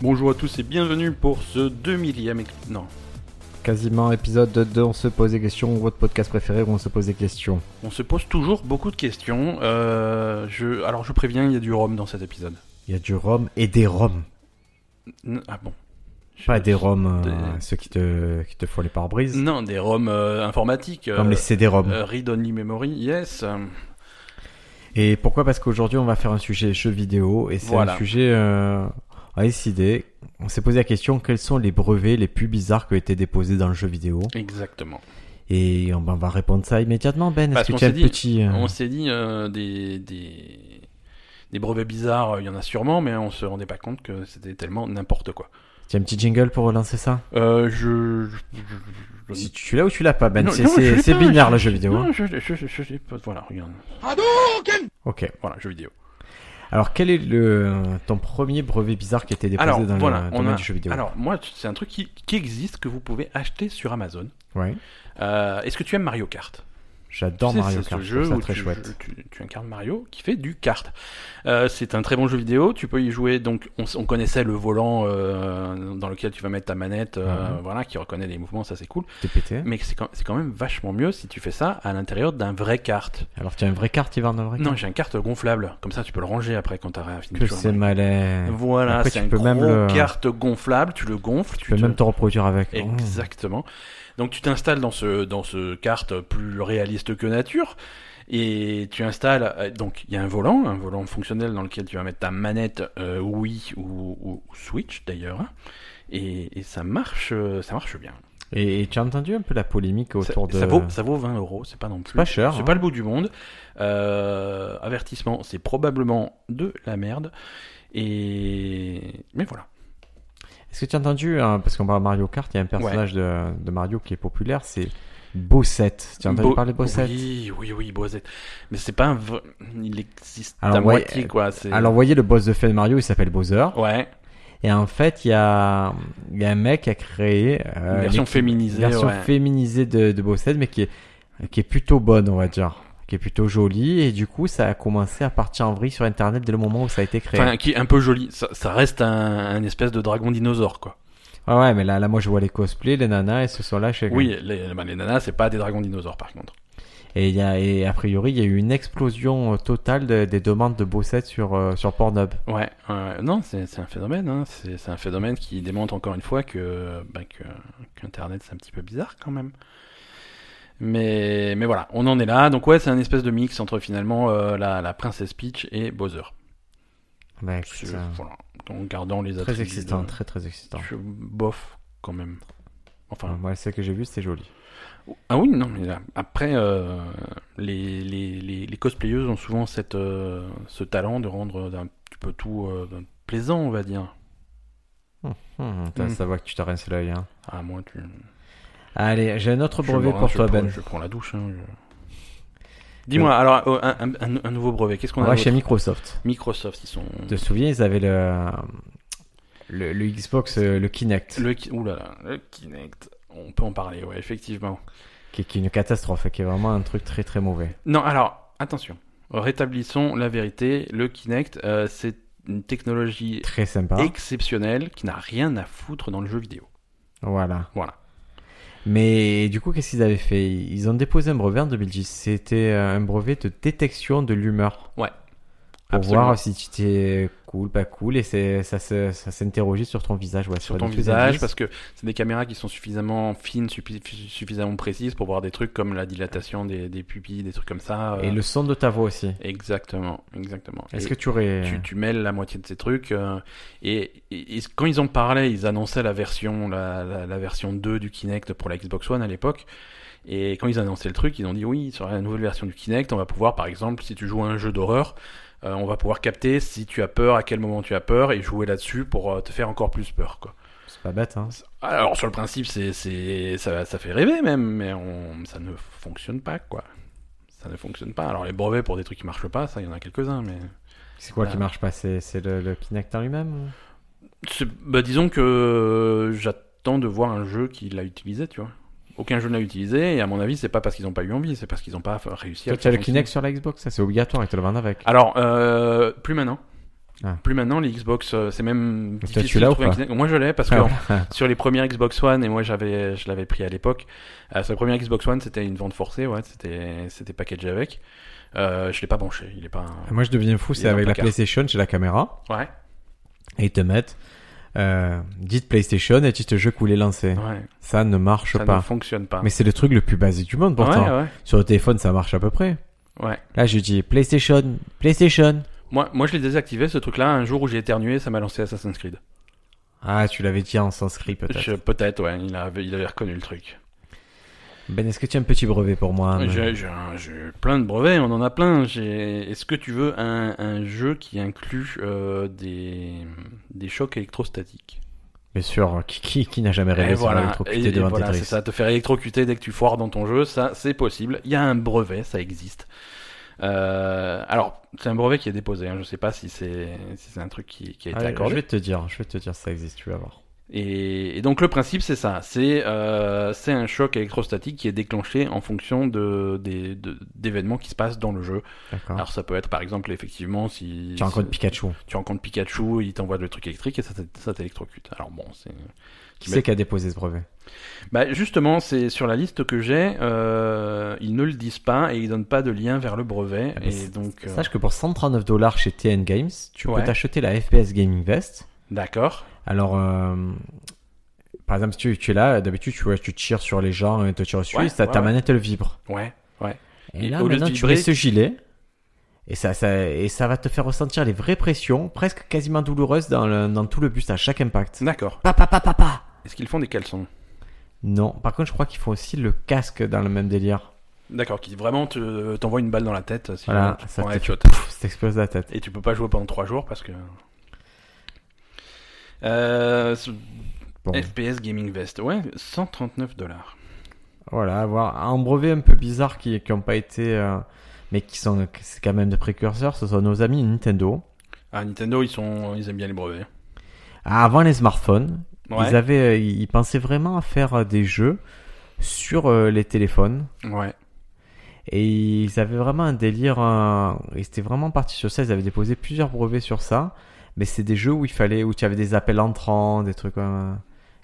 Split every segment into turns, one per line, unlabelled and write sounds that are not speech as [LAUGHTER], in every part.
Bonjour à tous et bienvenue pour ce 2000ème. Non,
Quasiment épisode 2, on se pose des questions, votre podcast préféré où on se pose des questions.
on se pose toujours beaucoup de questions. Euh, je... Alors je préviens, il y a du rhum dans cet épisode.
Il y a du rhum et des rhums.
N- Ah bon Je-
Pas des rhums, euh,
Des-
ceux qui te, qui te font les pare-brises.
Non, des roms euh, informatiques.
Comme
euh,
les CD-ROM.
euh, Read Only Memory, yes. euh,
Et pourquoi Parce qu'aujourd'hui, on va faire un sujet jeux vidéo. Et c'est
Voilà.
un sujet euh, à décider. On s'est posé la question quels sont les brevets les plus bizarres qui ont été déposés dans le jeu vidéo
Exactement.
Et on, on va répondre ça immédiatement, Ben.
Parce
Est-ce que
qu'on
tu as
s'est
le
dit-
petit. euh,
On s'est dit euh, des, des... des brevets bizarres, euh, il y en a sûrement, mais on se rendait pas compte que c'était tellement n'importe quoi.
Tu as un petit jingle pour relancer ça
Euh, je... je- je- je-
Si Tu l'as ou tu l'as pas, Ben
Non,
C'est-
non, je
C'est
l'ai
c'est
pas,
binaire,
je-
le jeu vidéo. hein.
Non, je, je, je, je- je- voilà, regarde.
Ok.
Voilà, jeu vidéo.
Alors, quel est le, ton premier brevet bizarre qui a été déposé
Alors,
dans
voilà,
le
on
domaine
a-
du jeu vidéo
Alors, moi, c'est un truc qui, qui existe, que vous pouvez acheter sur Amazon.
Ouais.
Euh, Est-ce que tu aimes Mario Kart
J'adore
Tu sais,
Mario
c'est
Kart,
ce
je trouve
jeu
ça
où
très
tu,
chouette.
tu- tu incarnes Mario qui fait du kart. Euh, c'est un très bon jeu vidéo. Tu peux y jouer. Donc, on, s- on connaissait le volant euh, dans lequel tu vas mettre ta manette, euh,
Mhm.
voilà, qui reconnaît les mouvements. Ça, c'est cool.
T'es pété
Mais c'est quand, c'est quand même vachement mieux si tu fais ça à l'intérieur d'un vrai kart.
Alors, tu as une vraie carte, Ivan, un vrai
Non, j'ai un kart gonflable. Comme ça, tu peux le ranger après quand t'as fini.
Que
de jouer.
c'est malin.
Voilà,
Après,
c'est
tu
un
peux
gros
même le-
kart gonflable. Tu le gonfles.
Tu peux
te-
même te reproduire avec.
Exactement. Donc tu t'installes dans ce dans ce kart plus réaliste que nature et tu installes euh, donc il y a un volant, un volant fonctionnel dans lequel tu vas mettre ta manette euh, Wii ou, ou- ou Switch d'ailleurs hein. et, et ça marche euh, ça marche bien.
Et, et tu as entendu un peu la polémique
Ça,
autour de.
ça vaut ça vaut 20 euros, c'est pas non plus
pas cher,
c'est
hein.
pas le bout du monde. Euh, avertissement, c'est probablement de la merde et mais voilà.
Est-ce que tu as entendu, hein, parce qu'on parle de Mario Kart, il y a un personnage de, de Mario qui est populaire, c'est Bossette. Tu as entendu
Bo-
parler de Bossette
Oui, oui, oui, Bossette. Mais c'est pas un vrai... Il existe
Alors,
à
ouais,
moitié, quoi. c'est-
Alors, vous voyez, le boss de fait de Mario, il s'appelle Bowser.
Ouais,
Et en fait, il y a, il y a un mec qui a créé. euh,
une version
l'équipe-
féminisée,
version
ouais.
féminisée de, de Bossette, mais qui est, qui est plutôt bonne, on va dire. Qui est plutôt jolie. Et du coup, ça a commencé à partir en vrille sur Internet dès le moment où ça a été créé.
Enfin, qui est un peu joli. Ça, ça reste un, un espèce de dragon dinosaure, quoi.
Ah ouais, mais là, là, moi, je vois les cosplays, les nanas, elles se sont lâchées.
Oui, les, bah, les nanas, c'est pas des dragons dinosaures, par contre.
Et, il y a, et a priori, il y a eu une explosion euh, totale de- des demandes de Bossette sur, euh, sur Pornhub.
Ouais, ouais. non, c'est c'est un phénomène. Hein. C'est c'est un phénomène qui démontre encore une fois que bah, que- qu'Internet, c'est un petit peu bizarre, quand même. Mais, mais voilà, on en est là. Donc ouais, c'est un espèce de mix entre finalement euh, la, la princesse Peach et Bowser.
Ouais,
C'est-
c'est, euh,
Voilà. En gardant les
très
attributs
excitant,
de-
très très excitant.
Je- bof, quand même. Enfin,
Moi, celle que j'ai vue, c'était joli.
ah oui, non, mais là, après, euh, les, les, les, les cosplayeuses ont souvent cette, euh, ce talent de rendre un petit peu tout euh, plaisant, on va dire.
Hum, t'as-
Hum.
Ça voit que tu t'as rincé l'œil. Hein.
Ah, moi, tu.
Allez, j'ai un autre
je
brevet
me
pour
rince, je
toi,
prends-
Ben.
Je prends la douche. hein, je- Dis-moi, alors, euh, un, un- un nouveau brevet, qu'est-ce qu'on
On
a
va chez
d'autre
Microsoft.
Microsoft, ils sont.
te souviens, ils avaient le, le, le Xbox, euh, le Kinect,
Le... Ki- Ouh là là, le Kinect. On peut en parler, ouais, effectivement.
qui, qui est une catastrophe, qui est vraiment un truc très très mauvais.
Non, alors, attention. Rétablissons la vérité. Le Kinect, euh, c'est une technologie
Très sympa.
exceptionnelle qui n'a rien à foutre dans le jeu vidéo.
Voilà.
Voilà.
Mais du coup, qu'est-ce qu'ils avaient fait Ils ont déposé un brevet en 2010. C'était euh, un brevet de détection de l'humeur.
Ouais.
Pour
Absolument.
voir si tu étais cool, pas cool, et c'est- ça, se- ça s'interrogeait sur ton visage. Ouais,
Sur ton visage, parce que c'est des caméras qui sont suffisamment fines, suffi- suffisamment précises pour voir des trucs comme la dilatation des, des pupilles, des trucs comme ça. euh,
Et le son de ta voix aussi.
Exactement, exactement.
Est-ce
Et
que tu aurais.
tu, tu mêles la moitié de ces trucs euh, et, et- et quand ils en parlaient, ils annonçaient la version la, la- la version 2 du Kinect pour la Xbox One à l'époque. Et quand ils annonçaient le truc, ils ont dit oui, sur la nouvelle version du Kinect, on va pouvoir par exemple si tu joues à un jeu d'horreur, euh, on va pouvoir capter si tu as peur, à quel moment tu as peur et jouer là-dessus pour euh, te faire encore plus peur quoi.
C'est pas bête, hein.
Alors sur le principe, c'est c'est ça ça fait rêver même mais on ça ne fonctionne pas quoi. Ça ne fonctionne pas. Alors les brevets pour des trucs qui marchent pas, ça il y en a quelques-uns mais
C'est quoi
Ah.
qui marche pas C'est c'est le, le Kinect en lui-même ou
C'est- Bah, disons que euh, j'attends de voir un jeu qui l'a utilisé, tu vois. Aucun jeu ne l'a utilisé, et à mon avis, c'est pas parce qu'ils n'ont pas eu envie, c'est parce qu'ils n'ont pas f- réussi à
Toi,
le
tu as le
faire
Kinect sur la Xbox, ça c'est obligatoire, ils te le vendent avec.
fonctionner. Alors, euh, plus maintenant.
Ah.
Plus maintenant, les Xbox, euh, c'est même
Toi,
difficile
tu l'as
de
ou
trouver un
pas
Kinect. Moi, je l'ai parce que
Ah,
alors,
voilà.
sur les premières Xbox One, et moi, j'avais, je l'avais pris à l'époque, euh, sur les premières Xbox One, c'était une vente forcée, ouais, c'était, c'était packagé avec. Euh, je l'ai pas branché, il est pas. un-
Moi, je deviens fou,
Il est
c'est
dans
avec
le
la
placard.
PlayStation, j'ai la caméra,
Ouais,
et ils te mettent, euh, dites PlayStation et tu te jeux couler lancé.
ouais,
Ça ne marche
ça ne
Eh, pas.
fonctionne pas. Ah
Mais c'est le truc le plus basique du monde pourtant.
ouais, ouais,
Sur le téléphone, ça marche à peu près.
ouais.
Là, je dis PlayStation, PlayStation.
Moi, moi, je l'ai désactivé ce truc-là un jour où j'ai éternué, ça m'a lancé Assassin's Creed.
Ah, tu l'avais dit en sanskrit peut-être.
Je- Peut-être, ouais, il avait, il avait reconnu le truc.
Ben, est-ce que tu as un petit brevet pour moi hein,
J'ai j'ai un- j'ai plein de brevets, on en a plein. J'ai- Est-ce que tu veux un, un jeu qui inclut euh, des, des chocs électrostatiques
Bien sûr, qui, qui, qui n'a jamais rêvé
Et
de voilà,
voilà, et,
électrocuté
et
devant
voilà, c'est
Tetris
ça, te faire électrocuter dès que tu foires dans ton jeu, ça c'est possible. Il y a un brevet, ça existe. Euh, alors, c'est un brevet qui est déposé, hein, je sais pas si c'est si c'est un truc qui, qui a été
Ah, je
accordé.
vais te dire, je vais te dire, ça existe, tu vas voir.
Et, et donc le principe c'est ça, c'est euh, c'est un choc électrostatique qui est déclenché en fonction de des- de- d'événements qui se passent dans le jeu.
D'accord.
Alors ça peut être par exemple effectivement si
Ah. Tu as encore Pikachu.
tu rencontres Pikachu, il t'envoie le truc électrique et ça t'- ça t'électrocute. Alors bon, c'est
Qui
Mais-
c'est qui a déposé ce brevet
bah justement c'est sur la liste que j'ai, euh, ils ne le disent pas et ils donnent pas de lien vers le brevet
Ah, mais
et
c'est-
donc euh,
Sache que pour 139 dollars chez TN Games, tu
Ouais.
peux t'acheter la FPS Gaming Vest.
d'accord.
Alors, euh, par exemple, si tu, tu es là, d'habitude, tu, vois, tu tires sur les gens et te tires dessus,
Ouais,
et ça,
ouais,
ta
ouais.
manette elle vibre.
Ouais.
Et,
Et au
là,
lieu de
maintenant, tu
vibrer-
mets ce gilet, et ça, ça, et ça va te faire ressentir les vraies pressions, presque quasiment douloureuses dans, le- dans tout le bus à chaque impact.
D'accord.
Papa, papa, papa
Est-ce qu'ils font des caleçons
Non, par contre, je crois qu'ils font aussi le casque dans le même délire.
D'accord, qui vraiment te- t'envoie une balle dans la tête si
Voilà,
jamais tu
ça
prends un
te fait
headshot.
pouf, ça t'explose la tête.
Et tu peux pas jouer pendant 3 jours parce que. Euh, ce-
Bon,
FPS Gaming Vest, ouais, 139 dollars.
voilà, avoir un brevet un peu bizarre qui qui ont pas été, euh, mais qui sont que c'est quand même des précurseurs, ce sont nos amis Nintendo.
Ah, Nintendo, ils, sont... ils aiment bien les brevets.
Ah, Avant les smartphones,
Ouais.
ils, avaient, euh, ils pensaient vraiment à faire euh, des jeux sur euh, les téléphones.
Ouais.
Et ils avaient vraiment un délire. hein, Ils étaient vraiment partis sur ça. Ils avaient déposé plusieurs brevets sur ça. Mais c'est des jeux où il fallait, où tu avais des appels entrants, des trucs comme. euh,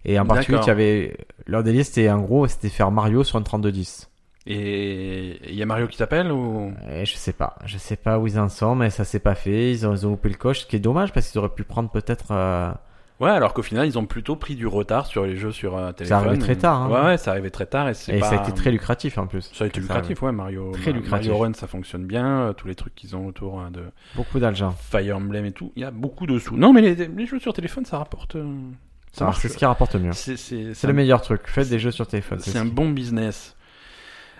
Et en particulier,
D'accord.
tu avais. Leur délire, c'était en gros, c'était faire Mario sur un 3210.
Et il y a Mario qui t'appelle ou.
Et Eh, je sais pas. Je sais pas où ils en sont, mais ça s'est pas fait. Ils ont, ils ont loupé le coche, ce qui est dommage parce qu'ils auraient pu prendre peut-être. euh,
Ouais, alors qu'au final, ils ont plutôt pris du retard sur les jeux sur euh, téléphone.
arrivait très tard, hein.
Ouais, ouais, ça arrivait très tard et c'est
Et
pas-
ça a été très lucratif en plus.
Ça a été lucratif, ouais, Mario.
Très
Ma-
lucratif.
Mario Run, ça fonctionne bien. euh, Tous les trucs qu'ils ont autour hein, de
Beaucoup d'argent.
Fire Emblem et tout, il y a beaucoup de sous. Non, mais les, les jeux sur téléphone, ça rapporte. euh, Ça
Alors,
marche.
C'est ce qui rapporte le mieux.
C'est- C'est
C'est
c'est
le
un
meilleur truc. Faites des jeux sur téléphone.
C'est un
ce qui-
bon business.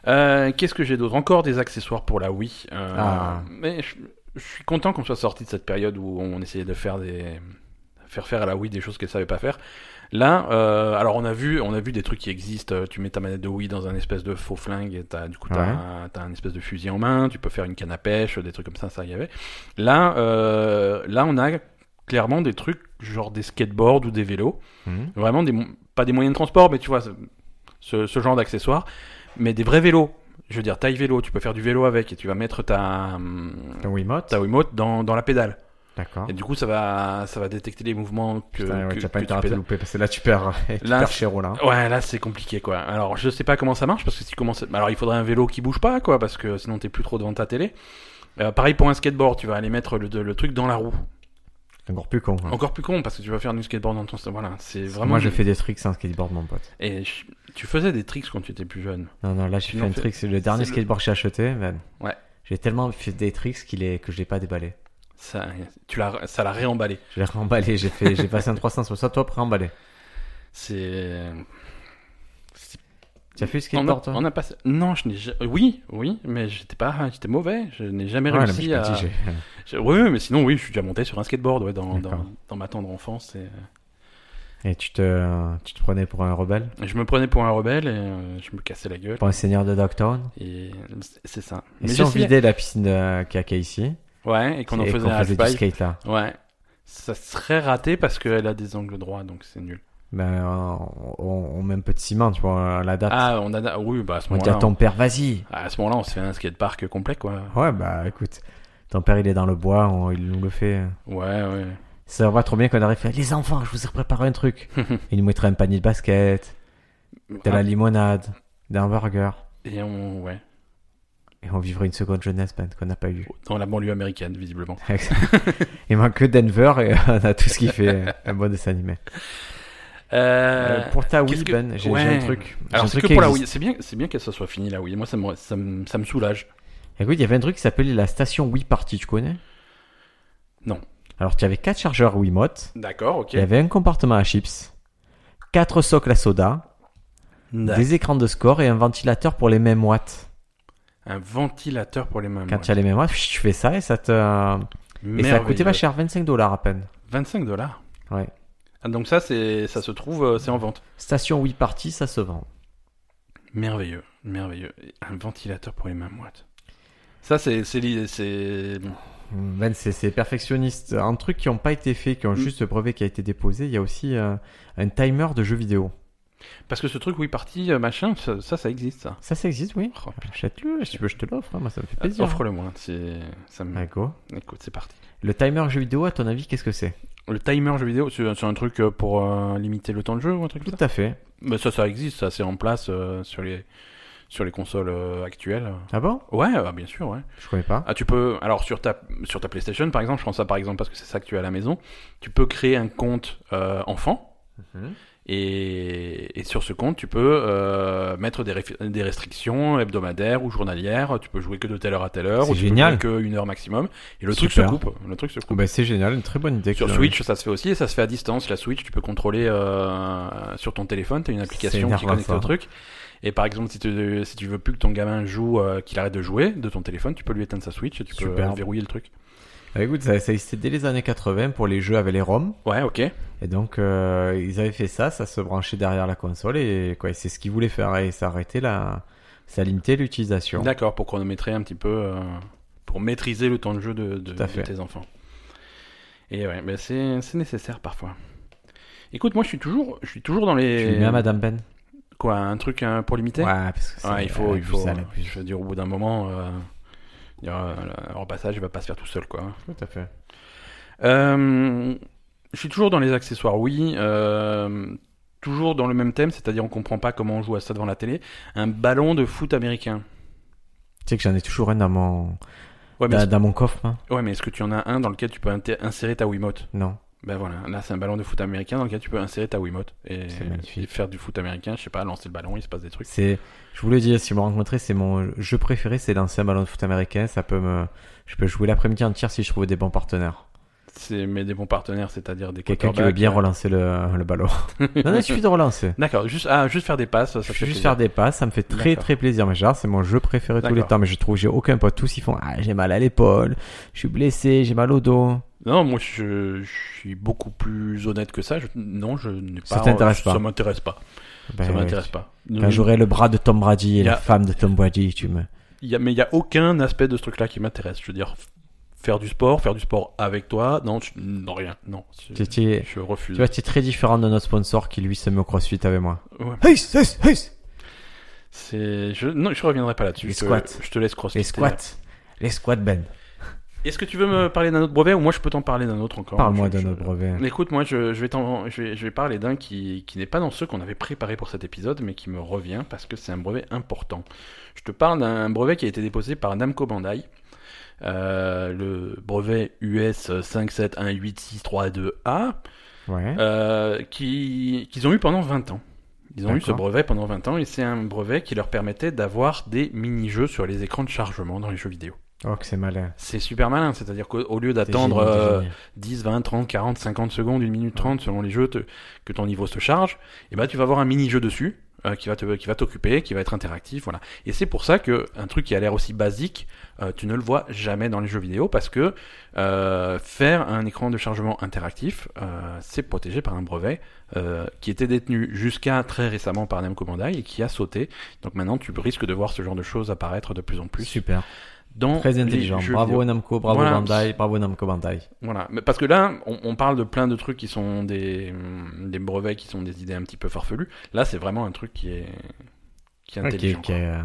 Euh, Qu'est-ce que j'ai d'autre Encore des accessoires pour la Wii. Euh,
Ah.
Mais je, je suis content qu'on soit sorti de cette période où on essayait de faire des faire faire à la Wii des choses qu'elle savait pas faire. Là, euh, alors on a vu, on a vu des trucs qui existent. Euh, Tu mets ta manette de Wii dans un espèce de faux flingue, et t'as du coup t'as
Ouais.
un, t'as un espèce de fusil en main. Tu peux faire une canne à pêche, des trucs comme ça, ça y avait. Là, euh, là on a clairement des trucs genre des skateboards ou des vélos
Mhm.
vraiment des, mo- pas des moyens de transport, mais tu vois, ce- ce, ce genre d'accessoires, mais des vrais vélos. Je veux dire, taille vélo, tu peux faire du vélo avec et tu vas mettre ta, hum,
Le Wiimote.
ta Wiimote dans, dans la pédale.
D'accord.
Et du coup, ça va, ça va détecter les mouvements que,
Hein. Putain, ouais,
que-
t'as pas hein.
que tu
intérêt à te
pédales.
louper parce que là tu perds, [LAUGHS] tu
Là,
perds
c'est-
chez Roland.
Ouais, là c'est compliqué quoi. Alors je sais pas comment ça marche parce que si tu commences, alors il faudrait un vélo qui bouge pas quoi parce que sinon t'es plus trop devant ta télé. Euh, pareil pour un skateboard, tu vas aller mettre le, le truc dans la roue.
Encore plus con. hein.
Encore plus con parce que tu vas faire du skateboard dans ton, voilà, c'est
Parce que
Oh, vraiment.
Moi je fais des tricks sans skateboard, mon pote.
Et je- tu faisais des tricks quand tu étais plus jeune.
Non, non, là j'ai
Tu
fait
l'en
un
fais-
trick, c'est le dernier
c'est le-
skateboard que j'ai acheté. man.
Ouais.
J'ai tellement fait des tricks qu'il est... que je l'ai pas déballé.
Ça, tu l'as, ça l'a réemballé.
Je l'ai [LAUGHS] remballé, j'ai fait... j'ai passé un 360 toi pour remballer.
C'est. c'est-
Tu as fait
On a,
le skateboard toi
on a passé. Non, je n'ai. ja- Oui, oui, mais j'étais pas, j'étais mauvais. Je n'ai jamais
Ouais,
réussi
non, mais je
à.
te dis, j'ai-
Je- Oui, oui, mais sinon, oui, je suis déjà monté sur un skateboard, ouais, dans, dans,
D'accord.
dans ma tendre enfance. Et...
[LAUGHS]
euh,
Et tu te... tu te prenais pour un rebelle
et Je me prenais pour un rebelle et euh, je me cassais la gueule.
Pour un seigneur de Dogtown
Et c'est- c'est ça.
Et si on
j'essayais.
vidait la piscine euh, qu'il y a- qu'il y a ici
Ouais, et qu'on en
et
faisait un
du
half-pipe.
skate là
Ouais. Ça serait raté parce qu'elle a des angles droits, donc c'est nul.
ben, on, on- on met un peu de ciment, tu vois, on l'adapte.
Ah, on a. Oui, bah à ce
on dit à
moment-là.
ton père, vas-y,
on- À ce moment-là, on se fait un skatepark complet, quoi.
Ouais, bah écoute, Ton père, il est dans le bois, on- il nous le fait.
Ouais, ouais.
Ça va trop bien qu'on arrive. Les enfants, je vous ai préparé
[LAUGHS]
un truc. il nous mettra un panier de basket, de la limonade, d'un burger.
Ah, Et on, ouais.
Et on vivrait une seconde jeunesse, Ben, qu'on n'a pas eu.
Dans la banlieue américaine, visiblement.
[LAUGHS] il manque que Denver et euh, on a tout ce qui fait un bon dessin animé.
Euh,
Euh, pour ta Wii,
qu'est-ce que-
Ben, j'ai j'ai
Ouais.
un truc. J'ai un
Alors, c'est
truc
que
qui
pour la
existe.
Wii. C'est bien, c'est bien que ça soit fini la Wii. Moi, ça me, ça me, ça me soulage.
Écoute, Eh il y avait un truc qui s'appelait la station Wii Party, tu connais
Non.
Alors, tu avais quatre chargeurs Wiimote,
D'accord, ok.
il y avait un compartiment à chips, quatre socles à soda,
D'accord.
des écrans de score et un ventilateur pour les mêmes watts.
Un ventilateur pour les mains.
Quand tu as les mêmes watts, tu fais ça et ça te. euh, Et ça coûtait pas cher, 25 dollars à peine.
25 dollars.
Ouais.
Ah, donc ça, c'est, ça se trouve, euh, c'est en vente.
Station Wii Party, ça se vend.
Merveilleux, merveilleux. Et Un ventilateur pour les mains moites. Ça, c'est, c'est, li- c'est...
Ben, c'est c'est perfectionniste. Un truc qui n'ont pas été fait, qui ont
Mm.
juste le brevet qui a été déposé, il y a aussi euh, un timer de jeux vidéo.
Parce que ce truc, oui, parti, euh, machin, ça, ça, ça existe, ça.
Ça, ça existe, oui.
Oh, putain.
Achète-le, si tu veux, je te l'offre. hein, Moi, ça me fait
Ah,
plaisir.
Offre-le-moi, c'est... Ça me...
Ouais, go.
Écoute, c'est parti.
Le timer jeu vidéo, à ton avis, qu'est-ce que c'est
Le timer jeu vidéo, c'est, c'est un truc euh, pour euh, limiter le temps de jeu ou un truc comme
Tout
ça
à fait.
Mais ça, ça existe, ça, c'est en place euh, sur, les, sur les consoles euh, actuelles.
Ah bon
Ouais, euh, bien sûr, ouais.
Je connais pas.
Ah, tu peux. Alors, sur ta, sur ta PlayStation, par exemple, je pense à par exemple parce que c'est ça que tu as à la maison, tu peux créer un compte euh, enfant.
Mhm.
Et, et sur ce compte, tu peux euh, mettre des, réf- des restrictions hebdomadaires ou journalières. Tu peux jouer que de telle heure à telle heure,
C'est
ou tu peux
génial.
jouer que une heure maximum. Et le
Super.
truc se coupe. Le truc se coupe.
Bah, c'est génial, une très bonne idée.
Ah. sur
que-
Switch, ça se fait aussi, et ça se fait à distance. La Switch, tu peux contrôler euh, sur ton téléphone. T'as une application qui
énervant,
connecte
ça.
au truc. Et par exemple, si tu, si tu veux plus que ton gamin joue, euh, qu'il arrête de jouer de ton téléphone, tu peux lui éteindre sa Switch et tu peux
Superbe.
euh, verrouiller le truc.
Ah, écoute, ça, ça existait dès les années 80 pour les jeux avec les ROM.
Ouais, ok.
Et donc, euh, ils avaient fait ça, ça se branchait derrière la console et quoi, c'est ce qu'ils voulaient faire et ça arrêtait la, ça limitait l'utilisation.
D'accord, pour chronométrer un petit peu, euh, pour maîtriser le temps de jeu de, de-
Tout à
de
fait.
tes enfants. Et ouais, ben c'est c'est nécessaire parfois. Écoute, moi je suis toujours, je suis toujours dans les.
Tu le mets à Madame Ben.
Quoi, un truc hein, pour limiter
Ouais, parce que c'est- euh,
Ouais, il faut,
elle
il
abuse,
euh, faut.
elle abuse.
Je veux dire, au bout d'un moment, euh, il y aura- le repassage, il va pas se faire tout seul, quoi.
Tout à fait.
Euh, je suis toujours dans les accessoires, oui. euh, toujours dans le même thème, c'est-à-dire on comprend pas comment on joue à ça devant la télé. Un ballon de foot américain.
Tu sais que j'en ai toujours un dans mon,
Ouais, mais
dans, dans mon coffre. hein.
Ouais, mais est-ce que tu en as un dans lequel tu peux inté- insérer ta Wiimote
Non.
Ben voilà, là c'est un ballon de foot américain dans lequel tu peux insérer ta Wiimote et,
C'est magnifique.
et faire du foot américain, je sais pas, lancer le ballon, il se passe des trucs.
C'est, je vous le dis, si vous me rencontrez, c'est mon jeu préféré, c'est lancer un ballon de foot américain. Ça peut me, je peux jouer l'après-midi entière si je trouve des bons partenaires.
C'est mais des bons partenaires, c'est-à-dire des
Quelqu'un qui veut
quarterbacks.
bien relancer le,
[LAUGHS]
le ballon. non, non, il suffit de relancer.
D'accord, juste ah juste faire des passes, ça
Je
fait
fais juste
plaisir.
faire des passes, ça me fait très
D'accord.
très plaisir. Mais genre, c'est mon jeu préféré de tous les
D'accord.
temps. Mais je trouve que j'ai aucun pote. Tous ils font Ah, j'ai mal à l'épaule, je suis blessé, j'ai mal au dos.
Non, moi je, je suis beaucoup plus honnête que ça. Je- non, je n'ai pas.
Ça t'intéresse pas.
Ça m'intéresse pas.
Ben,
ça m'intéresse pas.
Quand j'aurai le bras de Tom Brady et
Y a-
la femme de Tom Brady, tu me.
Il y a- mais il y a aucun aspect de ce truc-là qui m'intéresse. Je veux dire, f- faire du sport, faire du sport avec toi, non, je- non rien, non. Je,
Tu, tu-
je refuse.
tu vois, tu es très différent de notre sponsor qui lui se met au crossfit avec moi.
Ouais.
Hey, hey, hey
C'est je non, je reviendrai pas là-dessus.
Les
Je te-
squats.
Je te laisse cross.
Les squats. Les squats, Ben.
Est-ce que tu veux me parler d'un autre brevet ou moi je peux t'en parler d'un autre encore
Parle-moi
Je-
de
je-
nos brevets.
Écoute, moi je, je vais t'en- je vais je vais parler d'un qui qui n'est pas dans ceux qu'on avait préparé pour cet épisode mais qui me revient parce que c'est un brevet important. Je te parle d'un brevet qui a été déposé par Namco Bandai. euh, le brevet US 571863-2A,
Ouais.
euh, qui- qu'ils ont eu pendant 20 ans. Ils ont eu ce
D'accord.
brevet pendant 20 ans et c'est un brevet qui leur permettait d'avoir des mini-jeux sur les écrans de chargement dans les jeux vidéo.
Oh, que c'est malin.
C'est super malin, c'est-à-dire qu'au au lieu
T'es
d'attendre
génie, t'es
euh,
génie.
10, 20, 30, 40, 50 secondes, 1 minute 30 selon les jeux te- que ton niveau se charge, et ben tu vas avoir un mini-jeu dessus euh, qui va te- qui va t'occuper, qui va être interactif, voilà. Et c'est pour ça que un truc qui a l'air aussi basique, euh, tu ne le vois jamais dans les jeux vidéo parce que euh, faire un écran de chargement interactif, euh, c'est protégé par un brevet euh, qui était détenu jusqu'à très récemment par Namco Bandai et qui a sauté. Donc maintenant tu risques de voir ce genre de choses apparaître de plus en plus
Super.
dans
Très
les
intelligent.
jeux
Bravo
vidéo.
Namco, bravo
Voilà.
Bandai, bravo Namco Bandai.
Voilà, Mais parce que là, on, on parle de plein de trucs qui sont des, hum, des brevets, qui sont des idées un petit peu farfelues. Là, c'est vraiment un truc qui est, qui est
Ok,
intelligent.
ok,
quoi.
euh,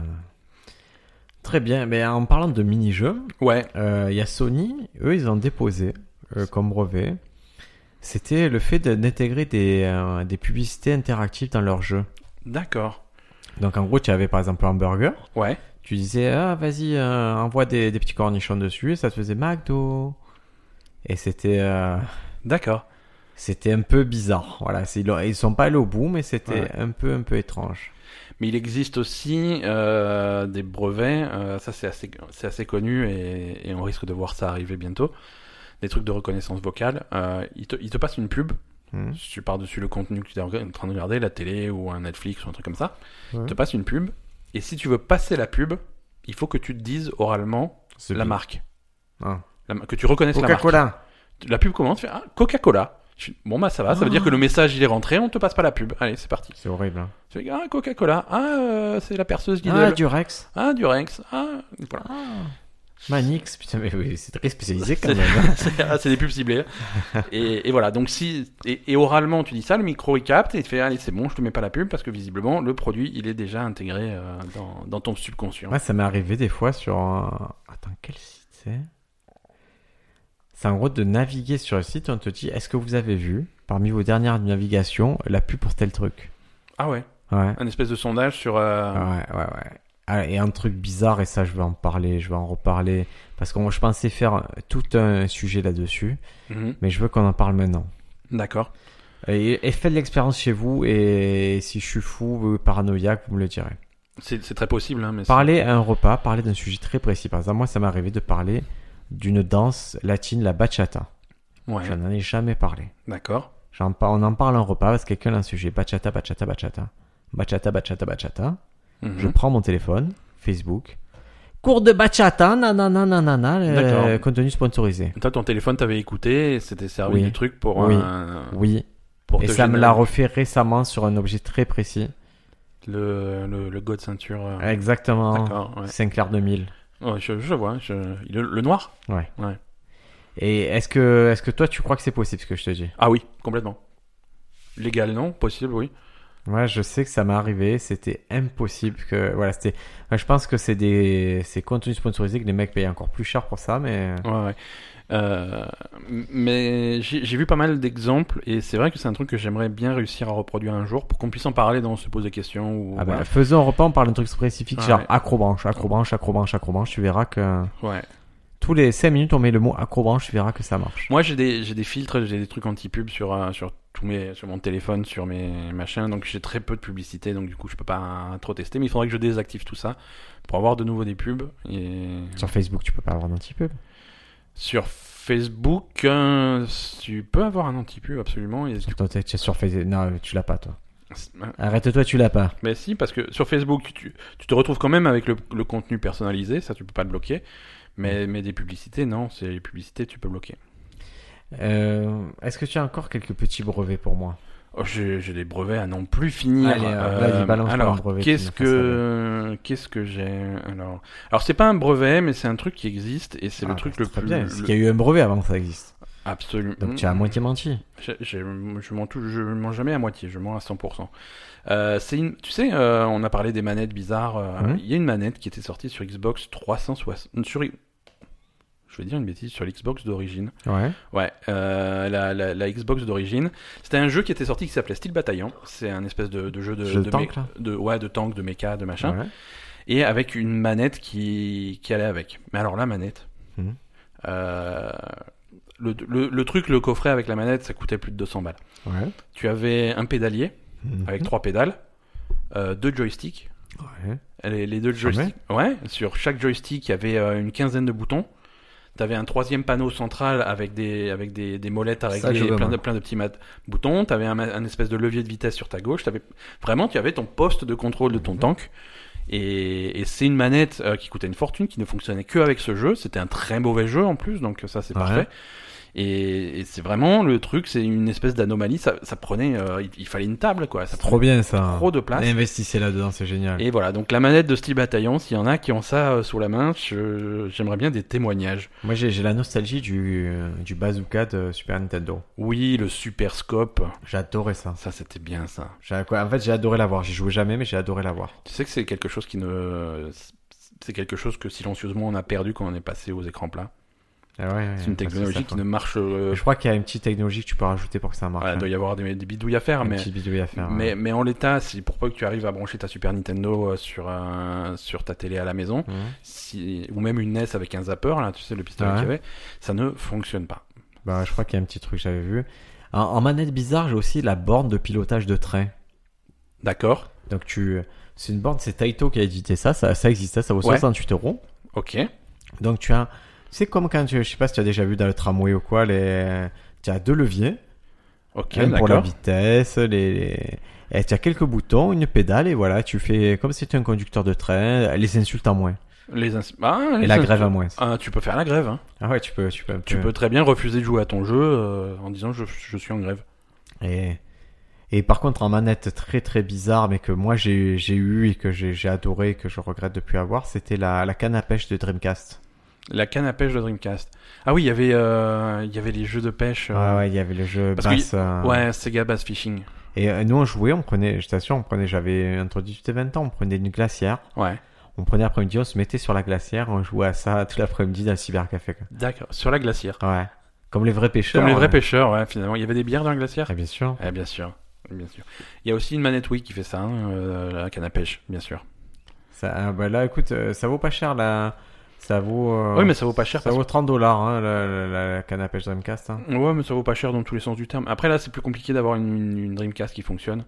Très bien. Mais en parlant de mini-jeux,
Ouais,
euh, il y a Sony, eux, ils ont déposé euh, comme brevet. C'était le fait de- d'intégrer des, euh, des publicités interactives dans leurs jeux.
d'accord.
Donc en gros, tu avais par exemple un burger.
Ouais,
Tu disais, ah, vas-y, euh, envoie des, des petits cornichons dessus, et ça te faisait McDo. Et c'était, euh,
d'accord.
c'était un peu bizarre. Voilà, c'est- ils ont- ils sont pas allés au bout, mais c'était
Ouais.
un peu, un peu étrange.
Mais il existe aussi euh, des brevets, euh, ça c'est assez, c'est assez connu et, et on risque de voir ça arriver bientôt. Des trucs de reconnaissance vocale. Euh, il, te, il te passe une pub
Hmm.
si tu par-dessus le contenu que tu es en train de regarder, la télé ou un Netflix ou un truc comme ça,
Ouais.
il te passe une pub. Et si tu veux passer la pub, il faut que tu te dises oralement
C'est
la
bi-
marque.
Ah.
La ma- que tu reconnaisses la marque.
Coca-Cola.
La pub commence, tu fais ah, Coca-Cola. Tu- Bon bah ça va, ça veut
Ah.
dire que le message il est rentré, on te passe pas la pub. Allez, c'est parti.
C'est horrible. hein.
Tu fais ah, Coca-Cola, ah, euh, c'est la perceuse Lidl.
Ah, Durex.
Ah, du Rex. Ah,
[LAUGHS]
voilà.
Manix. Putain, mais oui, c'est très spécialisé
[LAUGHS]
quand
C'est-
même.
C'est ah, c'est des pubs
[LAUGHS]
ciblées. Et, et voilà. Donc, si. Et, et oralement, tu dis ça, le micro il capte et il te fait Allez, c'est bon, je te mets pas la pub parce que visiblement, le produit il est déjà intégré euh, dans, dans ton subconscient.
Moi, ça m'est arrivé des fois sur un... Attends, quel site c'est C'est en gros de naviguer sur le site, on te dit, est-ce que vous avez vu, parmi vos dernières navigations, la pub pour tel truc
Ah ouais.
Ouais.
Un espèce de sondage sur. euh,
Ouais, ouais, ouais. Ah, Et un truc bizarre, et ça, je vais en parler, je vais en reparler, parce que moi, je pensais faire tout un sujet là-dessus,
mhm,
mais je veux qu'on en parle maintenant.
D'accord.
Et, et faites l'expérience chez vous, et si je suis fou, euh, paranoïaque, vous me le direz.
C'est c'est très possible, hein, mais. c'est-
Parler à un repas, parler d'un sujet très précis. Par exemple, moi, ça m'est arrivé de parler d'une danse latine, la bachata.
Ouais.
Je n'en ai jamais parlé.
D'accord.
J'en par- on en parle à un repas parce que quelqu'un a un sujet. Bachata, bachata, bachata. Bachata, bachata, bachata.
Mhm.
Je prends mon téléphone, Facebook. Cours de bachata, nanana, nanana, euh,
D'accord.
contenu sponsorisé.
Toi, ton téléphone t'avait écouté et c'était servi
Oui.
du truc pour.
Oui.
un-
Oui.
Ah, pour
Et
te
ça me
générer
l'a refait récemment sur un objet très précis.
Le, le, le go de ceinture. euh,
Exactement.
D'accord. Ouais.
Sinclair 2000.
Ouais, je, je vois. je- Le, le noir
Et est-ce que, est-ce que toi, tu crois que c'est possible ce que je te dis?
Ah oui, complètement. Légal, non Possible, oui.
Ouais, je sais que ça m'est arrivé, c'était impossible que voilà, c'était ouais, je pense que c'est des c'est contenus sponsorisés que les mecs payent encore plus cher pour ça mais
Ouais, ouais. Euh, m- mais j'ai j'ai vu pas mal d'exemples et c'est vrai que c'est un truc que j'aimerais bien réussir à reproduire un jour pour qu'on puisse en parler dans Se poser des questions. Ou,
ah bah, faisons un repas, on parle d'un truc spécifique
Ouais,
genre
ouais.
accrobranche, accrobranche, accrobranche, accrobranche, tu verras que
Ouais.
tous les 5 minutes on met le mot accrobranche, tu verras que ça marche.
Moi j'ai des, j'ai des filtres, j'ai des trucs anti-pub sur, euh, sur, tous mes- sur mon téléphone, sur mes machins, donc j'ai très peu de publicité donc du coup je peux pas trop tester, mais il faudrait que je désactive tout ça pour avoir de nouveau des pubs. Et...
Sur Facebook, tu peux pas avoir d'anti-pub.
Sur Facebook, euh, tu peux avoir un anti-pub absolument. Et...
Sur ton tête, sur Facebook, non, tu l'as pas toi.
Ah,
Arrête-toi, tu l'as pas.
Mais si, parce que sur Facebook, tu- tu, tu te retrouves quand même avec le, le contenu personnalisé, ça tu peux pas le bloquer. Mais,
Mm.
mais des publicités, non, c'est les publicités, tu peux bloquer.
Euh, est-ce que tu as encore quelques petits brevets pour moi
Oh, J'ai j'ai des brevets à non plus finir.
Allez, euh, vas-y, balance-moi un
alors,
brevet
qu'est-ce
qui me fasse
que qu'est-ce que j'ai alors Alors c'est pas un brevet, mais c'est un truc qui existe et c'est
Ah,
le truc le
très
plus
bien, c'est
le- Mm. Hmm.
qu'il y a eu un brevet avant que ça existe.
absolument.
Donc tu as à moitié menti.
J'ai- j'ai- je mens tout, je mens jamais à moitié, je mens à 100%. Euh, c'est une, tu sais, euh, on a parlé des manettes bizarres. euh, Il
Mhm.
y a une manette qui était sortie sur Xbox 360. euh, Sur, je vais dire une bêtise, sur l'Xbox d'origine.
Ouais.
Ouais, euh, la, la- la Xbox d'origine. C'était un jeu qui était sorti qui s'appelait Style Bataillon. C'est un espèce de, de jeu de,
Jeu de
mé-
tank, là
de- ouais, de tank, de méca, de machin.
Ouais.
Et avec une manette qui, qui allait avec. Mais alors la manette.
Mhm.
euh, le, le- le truc, le coffret avec la manette, ça coûtait plus de 200 balles.
Ouais. Mm.
Tu avais un pédalier
Mhm.
avec trois pédales, euh, deux joysticks.
Ouais.
Les, les deux
Jamais.
joysticks. Ouais, sur chaque joystick, il y avait euh, une quinzaine de boutons. Tu avais un troisième panneau central avec des, avec des, des molettes à
Ça,
régler,
je veux,
plein, de,
moi.
plein de petits mat- boutons. Tu avais un, ma- un espèce de levier de vitesse sur ta gauche. T'avais- vraiment, tu avais ton poste de contrôle de ton
Mhm.
tank. Et, et c'est une manette euh, qui coûtait une fortune, qui ne fonctionnait que avec ce jeu. C'était un très mauvais jeu en plus, donc ça c'est
Ouais.
parfait. Et, et c'est vraiment le truc, c'est une espèce d'anomalie. Ça, ça prenait, euh, il, il fallait une table quoi. Ça
C'est trop bien ça.
trop de place.
Investissez là-dedans, c'est génial.
Et voilà, donc la manette de style bataillon, s'il y en a qui ont ça euh, sous la main, je- j'aimerais bien des témoignages.
Moi j'ai j'ai la nostalgie du, euh, du bazooka de Super Nintendo.
Oui, le super scope,
J'adorais ça.
ça c'était bien ça.
J'ai- quoi, En fait j'ai adoré l'avoir. J'y jouais jamais mais j'ai adoré l'avoir.
Tu sais que c'est quelque chose qui ne... c'est quelque chose que silencieusement on a perdu quand on est passé aux écrans plats.
Ah ouais, ouais,
C'est une
parce que ça,
technologie qui
quoi.
ne marche. euh,
Je crois qu'il y a une petite technologie que tu peux rajouter pour que ça marche.
voilà, il
hein.
doit y avoir des, des bidouilles à faire,
Un
mais
petit bidouille à faire.
mais,
hein.
mais en l'état, si pour peu que tu arrives à brancher ta Super Nintendo euh, sur, un, sur ta télé à la maison,
Mhm.
si, ou même une NES avec un zapper, là, tu sais, le pistolet
Ouais.
qu'il y avait, ça ne fonctionne pas.
Bah, je crois qu'il y a un petit truc que j'avais vu. En, en manette bizarre, j'ai aussi la borne de pilotage de train.
D'accord
Donc tu, c'est une borne, c'est Taito qui a édité ça, ça, ça existait, ça vaut
Ouais.
68 euros.
Ok.
Donc tu as, c'est comme quand tu, je sais pas si tu as déjà vu dans le tramway ou quoi, les, tu as deux leviers,
Ok,
un pour la
d'accord.
vitesse, les, les- et tu as quelques boutons, une pédale et voilà, tu fais comme si tu étais un conducteur de train, les insultes en moins
Les ins- ah,
et
les
la
ins-
grève en moins.
Ah, tu peux faire la grève. hein.
Ah ouais, tu peux, tu peux, un
Tu
peu.
peux très bien refuser de jouer à ton jeu euh, en disant je, je suis en grève.
Et, et par contre, en manette très très bizarre, mais que moi j'ai j'ai eu et que j'ai j'ai adoré et que je regrette de plus avoir, c'était la, la canne à pêche de Dreamcast.
La canne à pêche de Dreamcast. Ah oui, il y avait, euh, il y avait les jeux de pêche.
Ouais,
euh,
ouais, il y avait le jeu
Parce qu'il-
basse. euh,
ouais, Sega Bass Fishing.
Et euh, nous on jouait, on prenait, je t'assure, on prenait, j'avais entre 18 et 20 ans, on prenait une glacière,
Ouais,
on prenait après-midi, on oh, se mettait sur la glacière, on jouait à ça tout l'après-midi dans le cybercafé. quoi.
d'accord. Sur la glacière.
Ouais. Comme les vrais pêcheurs.
Comme les vrais
ouais.
pêcheurs, ouais, finalement. Il y avait des bières dans la glacière
Ah, bien sûr.
Eh bien sûr, bien sûr. Il y a aussi une manette Wii qui fait ça, hein, euh, la canne à pêche, bien sûr.
Ça, ah, bah là, écoute, euh, ça vaut pas cher là. Ça vaut. euh,
Oui, mais ça vaut pas cher.
ça
parce
vaut 30 dollars, hein, la, la- la canne à pêche Dreamcast. hein.
que- Ouais, mais ça vaut pas cher dans tous les sens du terme. Après, là, c'est plus compliqué d'avoir une, une- une Dreamcast qui fonctionne.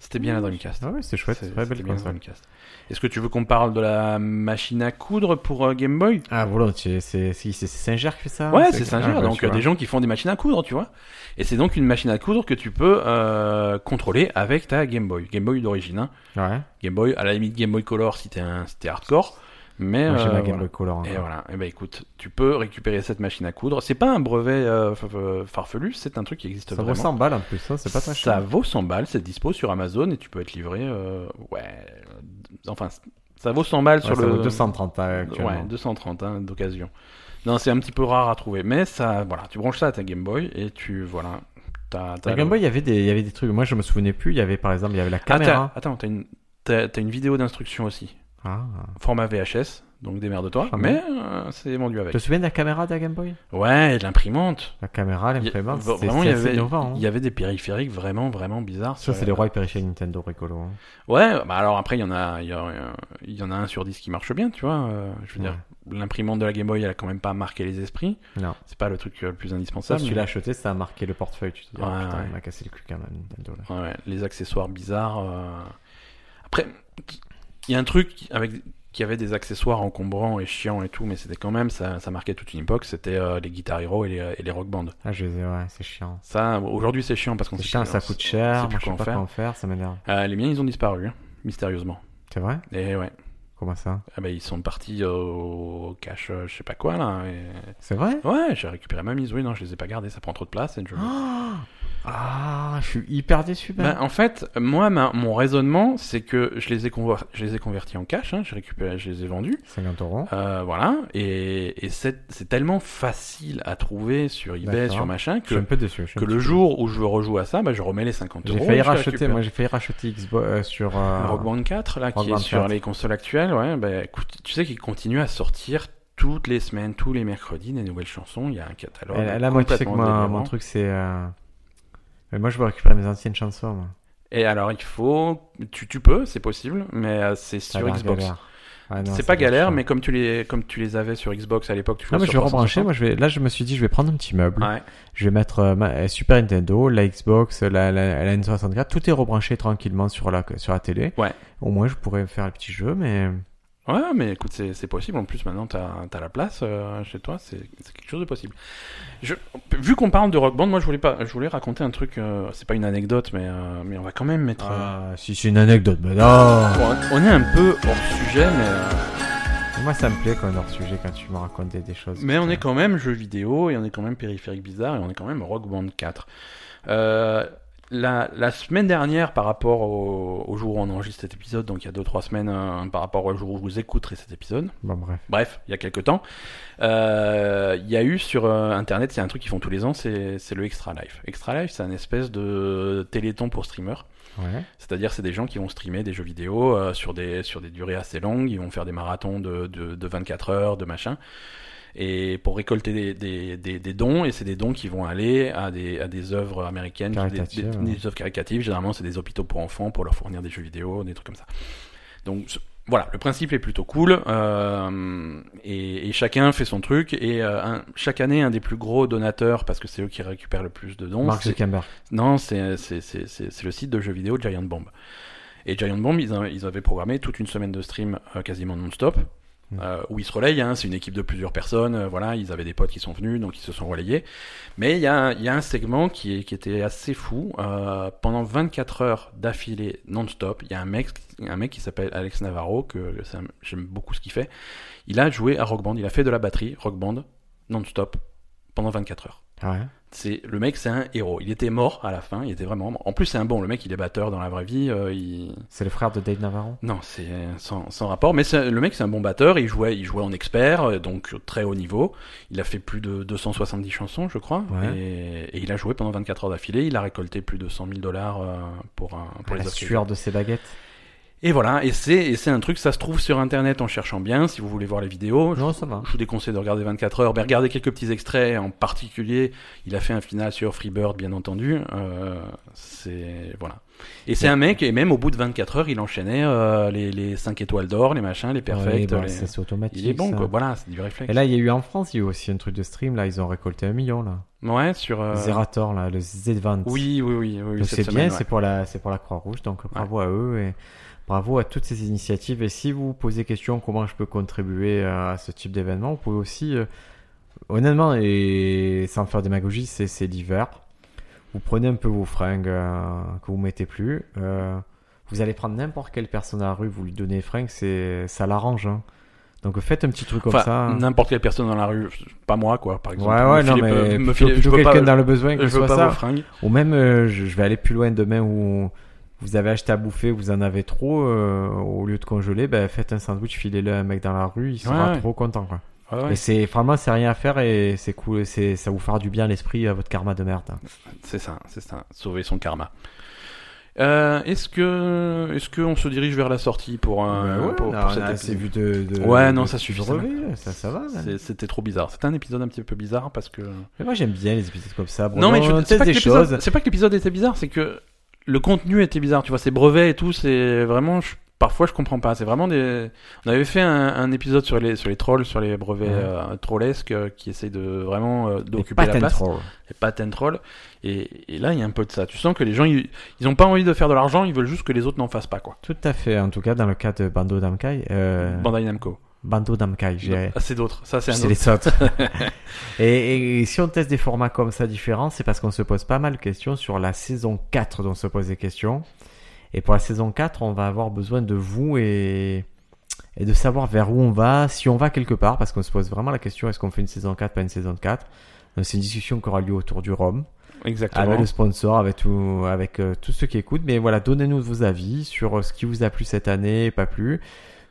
C'était bien la Dreamcast.
Ah ouais, c'est chouette,
C'est-
c'est très
c'était
belle
bien la
console.
Dreamcast. Est-ce que tu veux qu'on parle de la machine à coudre pour euh, Game Boy
Ah volontiers, c'est c'est- c'est Saint-Ger qui fait ça
Ouais, c'est Singer,
ah, bah,
donc
tu
euh,
vois.
des gens qui font des machines à coudre, tu vois. Et c'est donc une machine à coudre que tu peux euh, contrôler avec ta Game Boy. Game Boy d'origine, hein.
Ouais,
Game Boy, à la limite Game Boy Color si t'es un- si t'es hardcore. Mais
moi j'ai
euh,
ma Game
voilà.
Boy Color. hein.
Et
encore.
voilà, et ben écoute, tu peux récupérer cette machine à coudre. C'est pas un brevet euh, f- f- farfelu, c'est un truc qui existe
Ça vaut
vraiment.
100 balles en plus, hein, c'est pas très
Ça
cher.
vaut 100 balles, c'est dispo sur Amazon et tu peux être livré. euh, ouais, enfin, c- ça vaut 100 balles
Ouais,
sur
ça
le.
vaut 230 euh, actuellement.
Ouais, 230 hein, d'occasion. Non, c'est un petit peu rare à trouver, mais ça, voilà, tu branches ça à ta Game Boy et tu, voilà, t'as. t'as
La Game
le-
Boy, il y avait des, il y avait des trucs. Moi, je me souvenais plus. Il y avait par exemple, il y avait la
Ah, t'as-
caméra.
attends, t'as une, t'as- t'as une vidéo d'instruction aussi,
Ah.
format VHS, donc démerde-toi,
Ah bon
mais euh, c'est vendu
Tu
avec.
te souviens de la caméra de la Game Boy
Ouais, et de l'imprimante.
La caméra,
Il y a-
l'imprimante,
v-
c'était
vraiment, il y avait,
innovant. hein.
il y avait des périphériques vraiment, vraiment bizarres.
Ça,
sur
c'est
la-
les rois périphériques Nintendo rigolo. hein.
Ouais, bah alors après, il y en a, il y, en a- il y en a un sur dix qui marche bien, tu vois. euh, je veux dire, l'imprimante de la Game Boy, elle a quand même pas marqué les esprits.
Non.
C'est pas le truc euh, le plus
Ça,
indispensable.
si tu
mais-
l'as acheté, ça a marqué le portefeuille. Tu te dis, oh,
Ouais,
putain,
ouais.
il m'a cassé le cul quand même, Nintendo. Là.
Ouais, ouais, les accessoires bizarres. euh. Après, il y a un truc qui- avec qui avait des accessoires encombrants et chiants et tout, mais c'était quand même, ça, ça marquait toute une époque, c'était euh, les Guitar Hero et les, et les Rock Band.
Ah, je les ai, ouais, c'est chiant.
Ça, aujourd'hui, c'est chiant parce qu'on
C'est
sait
chiant,
plus-
ça
on-
coûte
on sait
cher.
plus
Moi, je sais
quoi en
pas
faire.
comment faire, ça m'énerve.
Euh, les miens, ils ont disparu, hein, mystérieusement.
C'est vrai
Et ouais,
Comment ça
Ah bah, ils sont partis au cache, euh, je sais pas quoi là. et-
C'est vrai
Ouais, j'ai récupéré ma mise, oui, non, je les ai pas gardés, ça prend trop de place. Et je...
Oh [GASPS] Ah, je suis hyper déçu. Ben.
Bah, en fait, moi, ma- mon raisonnement, c'est que je les ai, conver- je les ai convertis en cash, hein, j'ai récupéré, je les ai vendus.
50 euros.
Euh, voilà, et, et c'est c'est tellement facile à trouver sur eBay,
D'accord.
sur machin,
Je suis un
que,
peu déçu. je suis un
que
petit
le
peu
jour où je rejoue à ça, bah, je remets les 50 euros.
J'ai
et
failli
je les
racheter,
récupère.
moi j'ai failli racheter Xbox euh, sur. euh,
Rock Band 4, là,
Rock
qui est
Band
sur
4.
les consoles actuelles, ouais, bah, écoute, tu sais qu'il continue à sortir toutes les semaines, tous les mercredis, des nouvelles chansons. Il y a un catalogue.
Et là, là, moi tu sais que
complètement
moi,
délirant.
mon truc c'est. euh, Mais moi je veux récupérer mes anciennes chansons. Moi.
Et alors, il faut. Tu, tu peux, c'est possible, mais euh, c'est
Ça a
sur
l'air
Xbox.
galère. Ouais, non,
C'est
ça
pas
doit être
galère,
chiant.
mais comme tu les, comme tu les avais sur Xbox à l'époque, tu jouais
Non, mais
sur
je vais rebrancher.
360.
Moi, je vais... Là, je me suis dit, je vais prendre un petit meuble.
Ouais.
Je vais mettre euh, ma- euh, Super Nintendo, la Xbox, la, la, la N64. Tout est rebranché tranquillement sur la, sur la télé.
Ouais.
Au moins, je pourrais faire le petit jeu, mais.
Ouais, mais écoute, c'est c'est possible. En plus, maintenant, t'as as la place euh, chez toi. C'est c'est quelque chose de possible. Je, vu qu'on parle de Rock Band, moi, je voulais pas, je voulais raconter un truc. euh, c'est pas une anecdote, mais euh, mais on va quand même mettre. euh,
Ah, si c'est une anecdote, ben non
Bon, on est un peu hors sujet, mais, euh,
Moi, ça me plaît quand on est hors sujet, quand tu me racontes des, des choses.
mais on est quand même jeu vidéo, et on est quand même périphérique bizarre, et on est quand même Rock Band 4. Euh, la, la semaine dernière, par rapport au, au jour où on enregistre cet épisode, donc il y a 2-3 semaines, euh, par rapport au jour où vous écouterez cet épisode,
Bon, bref.
bref, il y a quelques temps, euh, il y a eu sur euh, Internet, c'est un truc qu'ils font tous les ans, c'est c'est le Extra Life. Extra Life, c'est un espèce de téléthon pour streamers.
Ouais.
C'est-à-dire, c'est des gens qui vont streamer des jeux vidéo euh, sur, des, sur des durées assez longues. Ils vont faire des marathons de, de, de 24 heures, de machin. Et pour récolter des, des, des, des dons, et c'est des dons qui vont aller à des, à des œuvres américaines, des,
Caritatives,
des-
ouais.
des œuvres caritatives. Généralement, c'est des hôpitaux pour enfants pour leur fournir des jeux vidéo, des trucs comme ça. Donc ce- voilà, le principe est plutôt cool. euh, et, et chacun fait son truc. Et euh, un- chaque année, un des plus gros donateurs, parce que c'est eux qui récupèrent le plus de dons,
Mark
c'est-
Zuckerberg.
non, c'est c'est- c'est- c'est- c'est le site de jeux vidéo Giant Bomb. Et Giant Bomb, ils, a- ils avaient programmé toute une semaine de stream euh, quasiment non-stop,
Mm.
euh, où ils se relayent, hein, c'est une équipe de plusieurs personnes, euh, voilà, ils avaient des potes qui sont venus, donc ils se sont relayés. Mais il y a, un- il y a un segment qui, est- qui était assez fou, euh, pendant 24 heures d'affilée non-stop, il y a un mec, un mec qui s'appelle Alex Navarro, que c'est un- j'aime beaucoup ce qu'il fait, il a joué à Rock Band, il a fait de la batterie, Rock Band, non-stop, pendant 24 heures.
Ah ouais.
C'est le mec, c'est un héros. Il était mort à la fin. Il était vraiment. mort. En plus, c'est un bon. Le mec, il est batteur dans la vraie vie. euh, il...
C'est le frère de Dave Navarro.
Non, c'est sans, sans rapport. Mais c'est- le mec, c'est un bon batteur. Il jouait, il jouait en expert, euh, donc très haut niveau. Il a fait plus de 270 chansons, je crois.
Ouais.
Et, et il a joué pendant 24 heures d'affilée. Il a récolté plus de 100 000 dollars euh, pour, un, pour
Ah,
les
la
occasions.
sueur de ses baguettes.
Et voilà. Et c'est et c'est un truc. Ça se trouve sur internet en cherchant bien. Si vous voulez voir les vidéos,
Non, ça va.
Oh, je vous déconseille de regarder 24 heures, mais regardez quelques petits extraits. En particulier, il a fait un final sur Freebird, bien entendu. Euh, c'est voilà. Et c'est un mec, et même au bout de 24 heures, il enchaînait euh, les, les 5 étoiles d'or, les machins, les
Ouais,
perfects.
bah,
les-
c'est c'est automatique.
Il est bon,
ça.
quoi. Voilà, c'est du réflexe.
Et là, il y a eu en France, il y a eu aussi un truc de stream. Là, ils ont récolté un million là.
Ouais, sur. euh,
Zerator là, le Z20.
Oui, oui, oui, oui. cette
Donc, c'est bien,
semaine, ouais.
c'est pour la, c'est pour la Croix-Rouge. Donc bravo à eux et bravo à toutes ces initiatives. Et si vous vous posez question comment je peux contribuer euh, à ce type d'événement, vous pouvez aussi, euh, honnêtement et sans faire démagogie, c'est, c'est l'hiver. Vous prenez un peu vos fringues euh, que vous mettez plus. euh, vous allez prendre n'importe quelle personne à la rue, vous lui donnez les fringues, c'est, ça l'arrange. hein. Donc faites un petit truc comme
Enfin,
ça. hein.
n'importe quelle personne dans la rue, pas moi, quoi, par exemple.
Ouais,
Me
ouais, non,
filez-
mais
me
plutôt,
filez-
plutôt
euh, je veux pas- euh,
quelqu'un dans le besoin que
Je
ce soit
veux
ça.
pas vos fringues.
Ou même, euh, je, je vais aller plus loin demain où vous avez acheté à bouffer, vous en avez trop, euh, au lieu de congeler, ben, faites un sandwich, filez-le à un mec dans la rue, il sera
Ouais, ouais.
trop content. Quoi.
Ouais, ouais,
Et c'est vraiment, c'est rien à faire et c'est cool, c'est, ça vous fera du bien à l'esprit à votre karma de merde. hein.
C'est ça, c'est ça. Sauver son karma. Euh, est-ce que, est-ce que on se dirige vers la sortie pour un,
Ben Ouais,
pour,
on a-
pour
on
cet
a assez
épisode
vu de, de-
Ouais,
de-
non,
de-
ça suffit,
de
ça
revue, ça, ça va. hein. man.
C'est- C'était trop bizarre. C'était un épisode un petit peu bizarre parce que.
Mais moi, j'aime bien les épisodes comme ça.
non mais je,
on
c'est,
teste
pas que
des
l'épisode-
choses.
c'est pas que l'épisode était bizarre, c'est que le contenu était bizarre. Tu vois, c'est brevet et tout. C'est vraiment. je- parfois, je comprends pas. C'est vraiment des. On avait fait un, un épisode sur les sur les trolls, sur les brevets
Ouais.
euh, trollesques euh, qui essayent de vraiment euh,
Des
d'occuper la
patent
place.
trolls.
les patent trolls. Et, et là, il y a un peu de ça. Tu sens que les gens, ils, ils ont pas envie de faire de l'argent, ils veulent juste que les autres n'en fassent pas, quoi.
Tout à fait, en tout cas, dans le cas de Bando Damkai. Euh,
Bandai Namco.
Bando Damkai, j'ai.
Ah, c'est d'autres. Ça, c'est un
C'est
autre.
les autres.
[LAUGHS]
et, et- et si on teste des formats comme ça différents, c'est parce qu'on se pose pas mal de questions sur la saison 4 dont on se pose des questions. Et pour la saison 4, on va avoir besoin de vous et, et de savoir vers où on va, si on va quelque part, parce qu'on se pose vraiment la question est-ce qu'on fait une saison 4, pas une saison 4 Donc c'est une discussion qui aura lieu autour du Rhum,
Exactement.
avec le sponsor, avec, tout, avec euh, tous ceux qui écoutent. Mais voilà, donnez-nous vos avis sur euh, ce qui vous a plu cette année, pas plu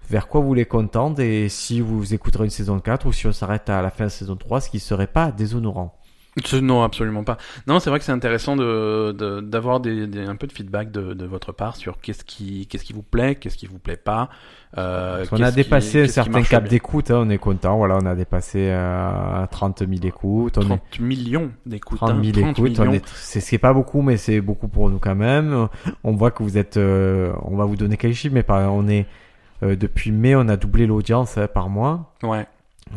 vers quoi vous voulez qu'on tende et si vous écouterez une saison 4 ou si on s'arrête à la fin de saison 3, ce qui serait pas déshonorant.
Ce- Non, absolument pas. Non, c'est vrai que c'est intéressant de, de- d'avoir des, des- un peu de feedback de, de votre part sur qu'est-ce qui, qu'est-ce qui vous plaît, qu'est-ce qui vous plaît pas. Euh,
on a
qu'est-ce qui-
dépassé un
qu'est-ce qui
certain
marche
cap
bien.
d'écoute, hein, on est content, voilà, on a dépassé euh, 30 000 écoutes, on
30 millions
est
d'écoutes.
30
hein,
000 écoutes, on
millions.
est- c'est ce qui est pas beaucoup, mais c'est beaucoup pour nous quand même. On voit que vous êtes, euh, on va vous donner quelques chiffres, mais par- on est euh, depuis mai, on a doublé l'audience hein, par mois.
Ouais.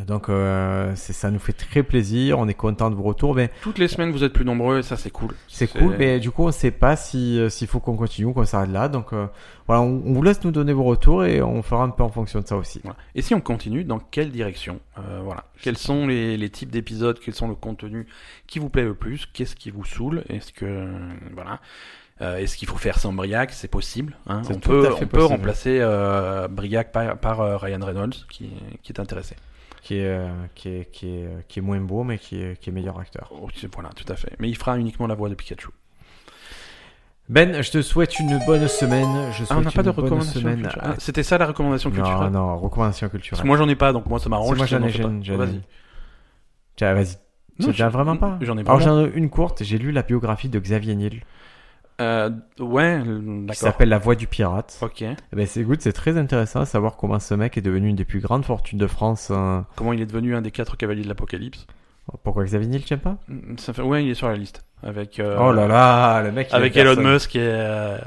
Donc euh, c'est- ça nous fait très plaisir, on est content de vos retours, mais
Toutes les semaines, vous êtes plus nombreux et ça, c'est cool.
C'est cool, mais du coup, on sait pas si euh, s'il faut qu'on continue ou qu'on s'arrête là. Donc euh, voilà, on, on vous laisse nous donner vos retours et on fera un peu en fonction de ça aussi.
Voilà. Et si on continue, dans quelle direction Euh, Voilà. Quels sont les, les types d'épisodes Quels sont le contenu qui vous plaît le plus Qu'est-ce qui vous saoule Est-ce que euh, voilà Euh, Est-ce qu'il faut faire sans Briac C'est possible. hein.
C'est
on
tout
peut,
à
on
fait
peut
possible.
remplacer euh, Briac par, par, euh, Ryan Reynolds qui, qui est intéressé.
Qui est, euh, qui est, qui est, euh, qui est moins beau, mais qui est, qui est meilleur acteur.
Oh, Voilà, tout à fait. Mais il fera uniquement la voix de Pikachu.
Ben, je te souhaite une bonne semaine. Je
Ah, on
souhaite
n'a pas
une
de
bonne
recommandation
semaine.
culturelle. Ah, C'était ça la recommandation
non,
culturelle
non, recommandation
Parce
culturelle.
que moi j'en ai pas, donc moi ça
Si
m'arrange.
moi,
si on
j'en
en
ai,
fait
j'en
pas.
j'en ai.
Vas-y.
Tiens, vas-y.
Non,
T'en
je-
as vraiment pas
J'en ai pas.
Alors, j'en ai une courte. J'ai lu la biographie de Xavier Niel
Euh, ouais,
qui
d'accord.
s'appelle La Voix du Pirate.
Ok.
Eh Ben, c'est écoute, c'est très intéressant à savoir comment ce mec est devenu une des plus grandes fortunes de France. hein.
Comment il est devenu un des quatre cavaliers de l'apocalypse Mm,
Pourquoi Xavier Niel tient pas
Ça fait... Ouais, il est sur la liste. Avec, euh,
Oh là là, le mec. il
avec
a
Elon
personne.
Musk et, euh,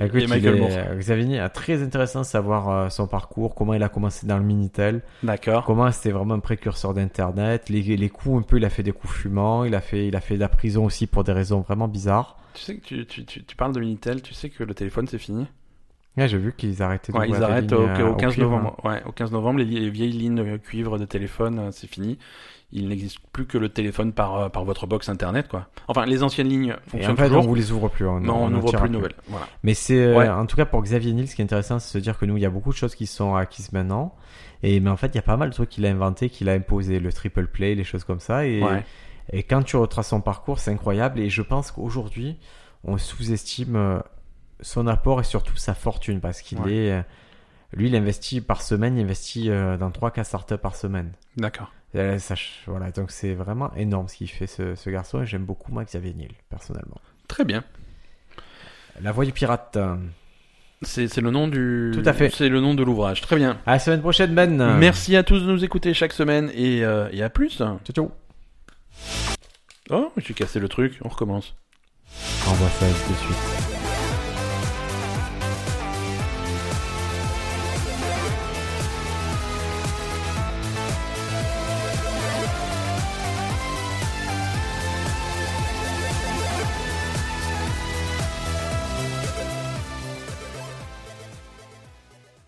Écoute,
et Michael
il est-
Moore.
Xavier Niel a très intéressant de savoir euh, son parcours, comment il a commencé dans le Minitel,
D'accord.
comment c'était vraiment un précurseur d'Internet, les, les coups un peu, il a fait des coups fumants, il a fait, il a fait de la prison aussi pour des raisons vraiment bizarres.
Tu sais que tu, tu, tu, tu parles de Minitel, tu sais que le téléphone c'est fini
Là, j'ai vu qu'ils arrêtaient de
Ouais,
jouer
ils
à des
arrêtent
lignes,
au,
euh,
au 15
cuivre, hein.
novembre. Ouais, au 15 novembre, les, li- les vieilles lignes de cuivre de téléphone, euh, c'est fini. Il n'existe plus que le téléphone par, euh, par votre box internet, quoi. Enfin, les anciennes lignes
Et
fonctionnent
en fait, on
toujours,
vous les ouvre plus. On,
mais on
on en
n'ouvre
tire
plus de nouvelles. Voilà.
Mais c'est euh,
Ouais.
en tout cas pour Xavier Niel, ce qui est intéressant, c'est de se dire que nous, il y a beaucoup de choses qui sont acquises maintenant. Et mais en fait, il y a pas mal de trucs qu'il a inventé, qu'il a imposé, le triple play, les choses comme ça. Et,
Ouais.
et quand tu retraces son parcours, c'est incroyable. Et je pense qu'aujourd'hui, on sous-estime euh, son apport et surtout sa fortune parce qu'il
Ouais.
est, euh, lui, il investit par semaine, il investit euh, dans trois cas startups par semaine.
D'accord.
Euh, ça, je- voilà, donc c'est vraiment énorme ce qu'il fait ce, ce garçon. Et j'aime beaucoup moi Xavier Niel personnellement.
Très bien.
La voix du pirate.
C'est c'est le nom du.
Tout à fait.
C'est le nom de l'ouvrage. Très bien.
À la semaine prochaine, Ben.
Merci à tous de nous écouter chaque semaine et, euh, et à plus.
Ciao, ciao.
Oh, j'ai cassé le truc. On recommence.
Envoie ça de suite.